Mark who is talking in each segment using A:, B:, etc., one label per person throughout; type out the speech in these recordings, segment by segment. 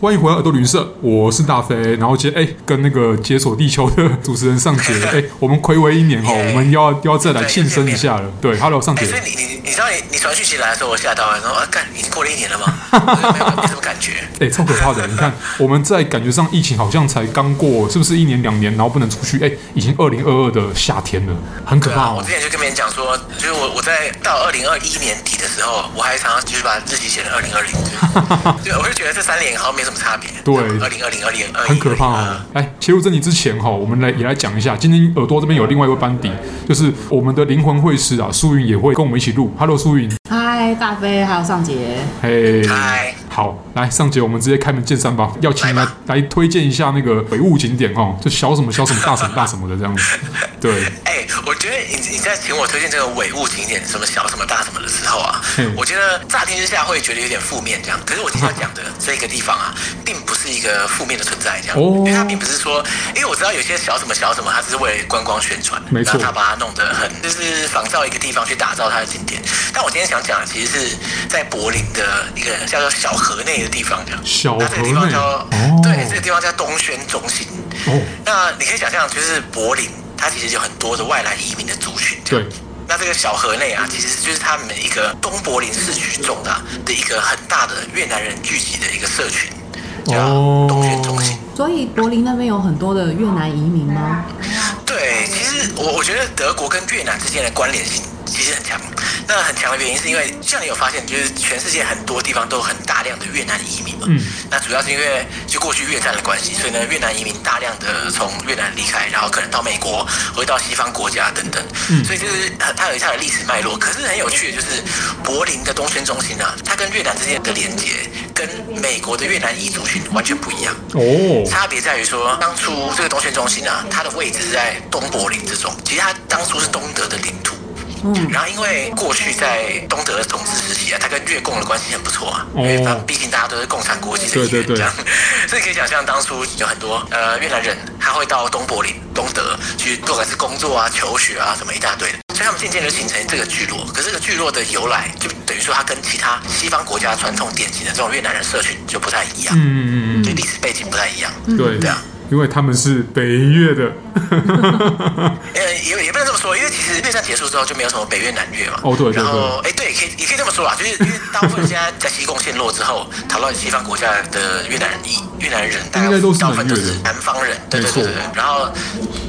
A: 欢迎回到耳朵旅社，我是大飞。然后今天哎，跟那个解锁地球的主持人上 节，哎，我们暌违一年 哦，我们要要再来庆生一下了。对，Hello 上
B: 哎、
A: 节，
B: 所以你你你知道你你传讯息来的时候，我吓到了，然后啊，干，已经过了一年 了吗？没有没什么感觉。
A: 哎，超可怕的！你看，我们在感觉上疫情好像才刚过，是不是一年两年，然后不能出去？哎，已经二零二二的夏天了，很可
B: 对啊，
A: 怕
B: 我
A: 哦
B: 之。前就跟别人讲说，就是我我在到二零二一年底的时候，我还常常就是把日期写成二零二零， 对，我就觉得这三年好像没什么差别。
A: 对
B: 二零二零、二零二
A: 很可怕哦！哎，切入正题之前哈、我们来也来讲一下，今天耳朵这边有另外一位班底，就是我们的灵魂会师啊，苏云也会跟我们一起录。Hello，苏云，
C: 嗨，大飞还有尚杰，
A: 嘿，
B: 嗨
A: 好，来上节我们直接开门见山吧，要请你
B: 来
A: 来
B: 吧
A: 来推荐一下那个北雾景点哦，就小什么小什么大什么大什么的这样 子，对，
B: 哎、我觉得你你在请我推荐这个尾物景点，什么小什么大什么的时候啊
A: 嗯，
B: 我觉得乍听之下会觉得有点负面这样。可是我今天要讲的这个地 方啊，并不是一个负面的存在这样，
A: 哦
B: 因为它并不是说，因为我知道有些小什么小什么，它只是为了观光宣传，
A: 没错
B: 然后它把它弄得很就是仿照一个地方去打造它的景点。但我今天想讲的其实是在柏林的一个叫做小河内的地方这样，
A: 小
B: 那这个地
A: 河
B: 方
A: 内
B: 叫、
A: 哦
B: 对，这个地方叫东轩中心。
A: 哦，
B: 那你可以想象，就是柏林，它其实有很多的外来移民的族群。
A: 对。
B: 那这个小河内啊，其实就是他们一个东柏林市区中啊的一个很大的越南人聚集的一个社群，叫
A: 哦
B: 东轩中心。
C: 所以柏林那边有很多的越南移民吗？
B: 对，其实我我觉得德国跟越南之间的关联性其实很强。那很强的原因是因为，像你有发现，就是全世界很多地方都有很大量的越南移民嘛。
A: 嗯。
B: 那主要是因为就过去越战的关系，所以呢，越南移民大量的从越南离开，然后可能到美国，或者到西方国家等等。
A: 嗯
B: 所以就是很它有它的历史脉络。可是很有趣的就是，柏林的东宣中心啊，它跟越南之间的连接，跟美国的越南裔族群完全不一样。
A: 哦，
B: 差别在于说，当初这个东宣中心啊，它的位置是在东柏林之中，其实它当初是东德的领土。
C: 嗯，
B: 然后因为过去在东德的统治时期啊，它跟越共的关系很不错啊，
A: 哦
B: 因为它毕竟大家都是共产国际的
A: 对
B: 一员
A: 对对
B: 这样， 所以可以想象当初有很多呃越南人，他会到东柏林、东德去，不管是工作啊、求学啊什么一大堆的。所以他们渐渐的形成这个聚落，可是这个聚落的由来，就等于说它跟其他西方国家传统典型的这种越南人社群就不太一样，
A: 嗯嗯嗯
B: 就历史背景不太一样。
A: 嗯，对
B: 对啊，
A: 因为他们是北越的，
B: 呃，也也不能这么说，因为其实越战结束之后就没有什么北越南越嘛。
A: 哦对对
B: 然后，哎，对，可以也可以这么说啦，就是因为大部分人现在在西贡陷落之后，逃到西方国家的越南人、越南人，大概
A: 应该都是
B: 大部分
A: 南
B: 都
A: 越的
B: 是南方人。对对对对
A: 没
B: 对
A: 错。
B: 然后，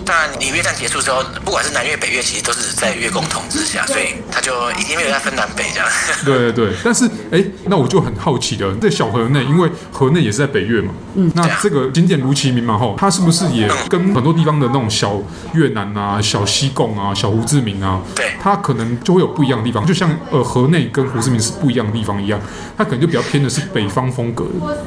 B: 当然，你越战结束之后，不管是南越、北越，其实都是在越共统治下，所以他就已经没有在分南北这样。
A: 对对对。但是哎，那我就很好奇了，这小河内，因为河内也是在北越嘛，嗯，那
B: 对啊
A: 这个景点如其名嘛，吼，它是不是也跟很多地方的那种小越南啊、小西贡啊、小胡志明啊，
B: 对
A: 它可能就会有不一样的地方，就像呃河内跟胡志明是不一样的地方一样，它可能就比较偏的是北方风格的，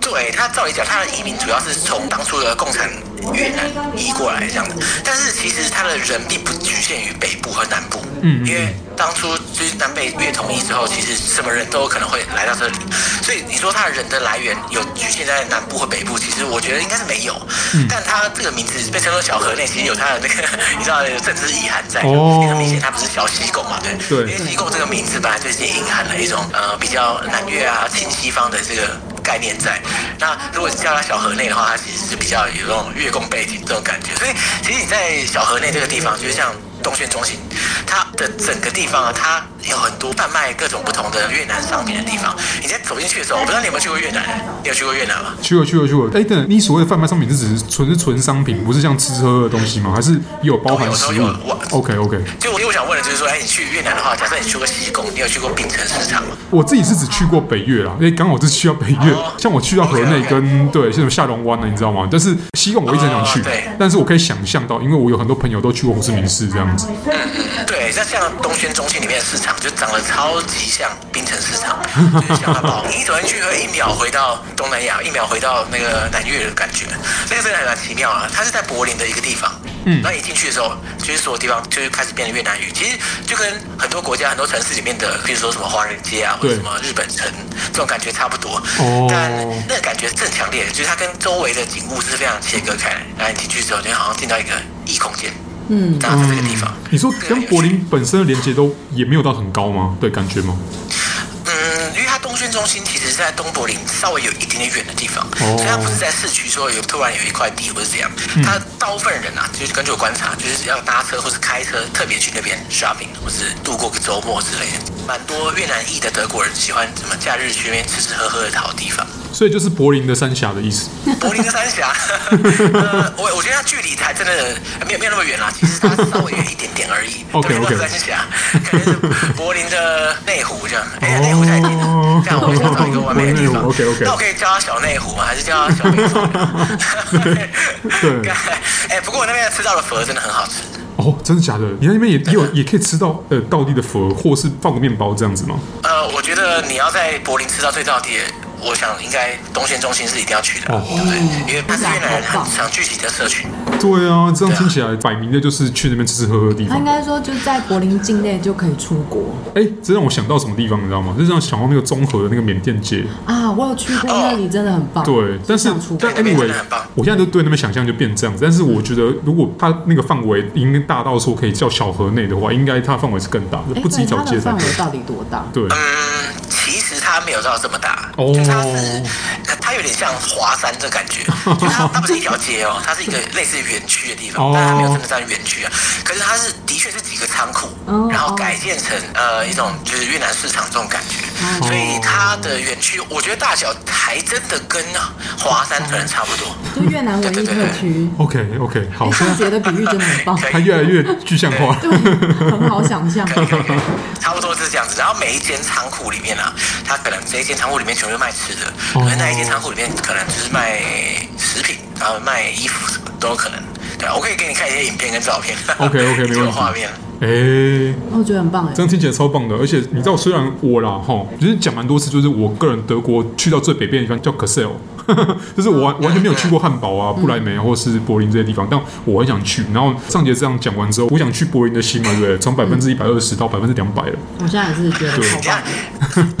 B: 对他照理讲，他的移民主要是从当初的共产越南移过来这样的，但是其实他的人并不局限于北部和南部，
A: 嗯嗯
B: 因为当初就是南北越统一之后，其实什么人都有可能会来到这里，所以你说他的人的来源有局限在南部和北部，其实我觉得应该是没有，
A: 嗯
B: 但他这个名字被称作小河内，其实有他的那个 你知道有政治意涵在，
A: 哦
B: 因为很明显他不是小西贡嘛，对，
A: 对
B: 因为西贡这个名字本来就已经隐含了一种呃比较南越啊、亲西方的这个概念在。那如果叫它小河内的话，它其实是比较有那种越共背景这种感觉。所以其实你在小河内这个地方，就是像东轩中心，它的整个地方啊，它有很多贩卖各种不同的越南商品的地方。你在走进去的时候，我不知道你有没有去过越南，你有去过越南吗？
A: 去了去了去了。哎，等等，你所谓的贩卖商品是只是纯是纯商品，不是像吃吃喝喝的东西吗？还是有包含食
B: 都
A: 物
B: 哦有都有我
A: ？OK OK，
B: 就我因为我想问的就是说，哎，你去越南的话，假设你去过西贡，你有去过槟城市场吗？
A: 我自己是只去过北越啦，因为刚好是去到北越
B: 哦，
A: 像我去到河内
B: OK，OK
A: 跟对，像下龙湾了，你知道吗？但是西贡我一直很想去
B: 哦对，
A: 但是我可以想象到，因为我有很多朋友都去过胡志明市这样子。
B: 对，那像东轩中心里面的市场就长得超级像槟城市 场，就是像它宝，你一走进去会一秒回到东南亚，一秒回到那个南越的感觉，那个真的还蛮奇妙啊。它是在柏林的一个地方，嗯，那一进去的时候，就是所有地方就是开始变得越南语，其实就跟很多国家、很多城市里面的，比如说什么华人街啊，或者
A: 对
B: 什么日本城这种感觉差不多，
A: 哦
B: 但那个感觉更强烈，就是它跟周围的景物是非常切割开来，然后你进去之后，你好像进到一个异空间，嗯，然后在这个地方。
A: 你说跟柏林本身的连接都也没有到很高吗？对，感觉吗？
B: 嗯，因为它东轩中心其实是在东柏林稍微有一点点远的地方，
A: 哦
B: 所以它不是在市区说有突然有一块地或是怎样。他大部分人啊，就是根据我观察，就是要搭车或是开车特别去那边 shopping 或是度过个周末之类的。蛮多越南裔的德国人喜欢什么假日去那边吃吃喝喝的好地方。
A: 所以就是柏林的三峡的意思。
B: 柏林跟三峡， 呃，我我觉得它距离还真的没有没有那么远啦，其实它稍微远一点点而已。
A: OK，OK
B: 对不是三峡，可能是柏林的内 湖这样，哎、呀，内湖太近
A: 哦
B: 了，这样我想找一个完美的地 方。
A: 柏林内湖，OK，OK
B: 那我可以叫它小内湖吗？还是叫它小内湖？
A: 对
B: 干 哎、不过我那边吃到的佛真的很好吃。
A: 哦，真的假的？你在那边也也有也可以吃到呃道地的佛，或是放个面包这样子吗？
B: 呃，我觉得你要在柏林吃到最到地的，我想应该东线中心是一定要去的，
A: 哦
B: 对不对？因为它是越南人
C: 好棒
B: 很常聚集的社群。
A: 对啊，这样听起来摆明的就是去那边吃吃喝喝的地
C: 他
A: 方
C: 应。该说就在柏林境内就可以出国
A: 哎、这让我想到什么地方，你知道吗？这让我想到那个综合的那个缅甸街。
C: 啊！我有去过那里，真的很棒。
A: 对，但是
C: 想出国
A: 但。
B: 那边
A: anyway，
B: 真的很棒
A: 我现在就对那边想象就变这样子。但是我觉得，如果它那个范围应该大到说可以叫小河内的话，应该它的范围是更大的，
C: 哎，
A: 不止一
C: 对，
A: 条
C: 它
A: 街
C: 的
A: 才
C: 范
A: 对
C: 围。到底多大？
A: 对，
B: 嗯，其实它没有到这么大，
A: 哦
B: 就是它是它有点像华山这感 觉，就是它它不是一条街哦，它是一个类似于园区的地
A: 哦
B: 方，但它没有真的在园区啊。可是它是的确是几个仓库
C: 哦，
B: 然后改建成呃一种就是越南市场这种感
C: 哦
B: 觉，所以它的园区我觉得大小还真的跟华山可能差不多。
C: 就越南文艺特区。
A: OK OK，好
C: 哎，，圣杰的比喻真的哦很棒，
B: 可以
A: 它越来越具象化。
C: 很好想象。
B: 差不多是这样子。然后每一间仓库里面啊，它可能这一间仓库里面全部卖吃的，
A: 哦
B: 可能那一间仓库里面可能就是卖食品，然后卖衣服什么都有可能。对，啊我可以给你看一些影片跟照片。
A: OK，OK，没问题
B: 就有画面。
A: 哎、
C: 我觉得很棒哎
A: 这。样听起来超棒的，而且你知道，虽然我啦吼，就是讲蛮多次，就是我个人德国去到最北边的地方叫 Kassel，就是我完完全没有去过汉堡啊、布莱梅啊或是柏林这些地方，但我很想去。然后上节这样讲完之后，我想去柏林的心嘛，对不对？从百分之一百二十到百分之两百了，
C: 我现在也是觉得好
B: 这
C: 棒
B: 样。，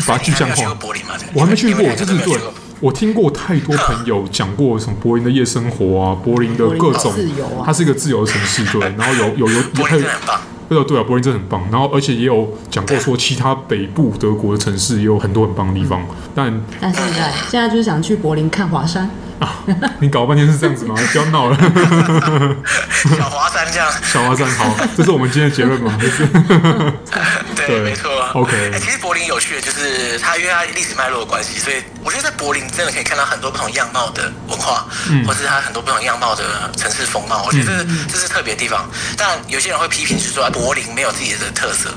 A: 把它具象
B: 你还没有去
A: 化
B: 过。柏林吗？对
A: 我还没去
B: 你
A: 过，
B: 们
A: 就
B: 两个
A: 是
B: 都没
A: 对
B: 有去过。
A: 我听过太多朋友讲过什么柏林的夜生活啊，柏林的各种
C: 柏林自由啊，
A: 它是一个自由的城市，对。然后有有有有
B: 柏
A: 还有
B: 林真的很 棒。
A: 对啊，对啊，柏林真的很棒。然后，而且也有讲过 说，其他北部德国的城市也有很多很棒的地方。但
C: 但现在现在就是想去柏林看华山，
A: 你搞半天是这样子 吗？不要闹了，
B: 小华山这样，
A: 小花站好，这是我们今天的结论吗？就是对
B: 对，没错。
A: OK
B: 哎其实柏林有趣的就是它，因为它历史脉络的关系，所以我觉得在柏林真的可以看到很多不同样貌的文化，
A: 嗯
B: 或是它很多不同样貌的城市风貌。我觉得这是特别的地方。当然，有些人会批评是说啊柏林没有自己的特色，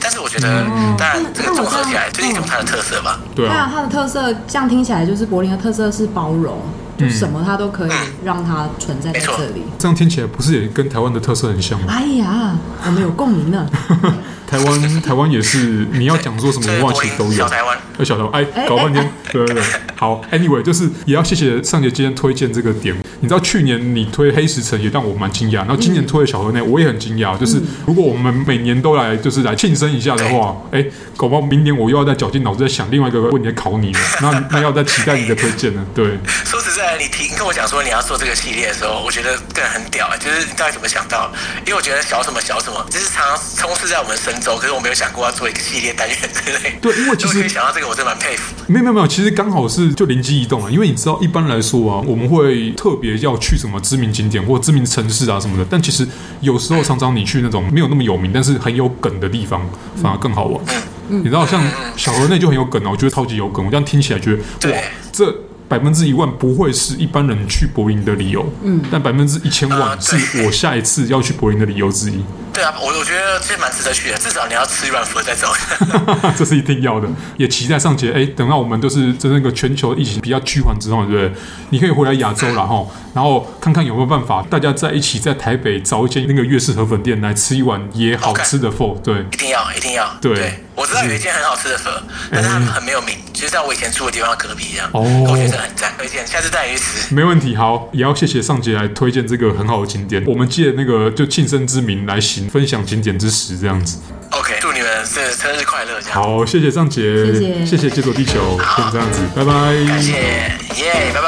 B: 但是我觉得，
A: 嗯
B: 当然这个综合起来就是一种它的特色吧。
A: 对
C: 还有
A: 啊，
C: 它的特色，这样听起来就是柏林的特色是包容，
A: 嗯
C: 就什么它都可以让它存在在这里。
A: 这样听起来不是也跟台湾的特色很像吗？
C: 哎呀，我们有共鸣呢。
A: 台湾台湾也是，你要讲说什么文化其实都
B: 所以柏林
A: 有
B: 小。台湾。
A: 要小台湾，哎，
C: 哎
A: 搞半天
C: 哎，
A: 对对对，好，anyway，就是也要谢谢尚杰今天推荐这个点。你知道去年你推黑石城也让我蛮惊讶，然后今
C: 嗯
A: 年推的小河内我也很惊讶。就是如果我们每年都来就是来庆生一下的话，哎，搞不好明年我又要再绞尽脑汁在想另外一个问题来考你了。那那要再期待你的推荐了。对，
B: 说实在，你听跟我讲说你要做这个系列的时候，我觉得个人很屌，就是你到底怎么想到？因为我觉得小什么小什么，就是常常充斥在我们身周，可是我没有想过要做一个系列单元之类的。
A: 对因为其实
B: 如果可以想到这个，我真的蛮佩服。
A: 没有没有没有，其实刚好是就灵机一动啊，因为你知道，一般来说啊，我们会特别要去什么知名景点或知名城市啊什么的，但其实有时候常常你去那种没有那么有名，但是很有梗的地方，反而更好玩。你知道，像小河内就很有梗啊，我觉得超级有梗。我这样听起来觉得，
B: 对
A: 哇，这百分之一万不会是一般人去柏林的理由，嗯，但百分之一千
B: 啊
A: 万
B: 对
A: 是我下一次要去柏林的理由之一。
B: 对啊，我我觉得这蛮值得去的，至少你要吃一碗佛再走。
A: 这是一定要的，也期待上节哎，等到我们就是真那个全球疫情比较趋缓之后，对不对？你可以回来亚洲了哈，然后看看有没有办法，大家在一起在台北找一间那个粤式河粉店来吃一碗也好
B: OK
A: 吃的 f 对，
B: 一定要，一定要。
A: 对哎
B: 我知道有一间很好吃的粉，但是它很没有名，就是在我以前住的地方隔壁这样。
A: 哦
B: 我觉得很赞，推荐，下次带你去吃。
A: 没问题。好，也要谢谢上节来推荐这个很好的景点，我们借那个就庆生之名来行分享景点之实这样子。
B: OK，祝你们这生日快乐，这样。
A: 好，谢谢上节，
C: 谢谢
A: 谢谢解锁地球，先这样子，拜拜，
B: 感谢，耶，拜拜。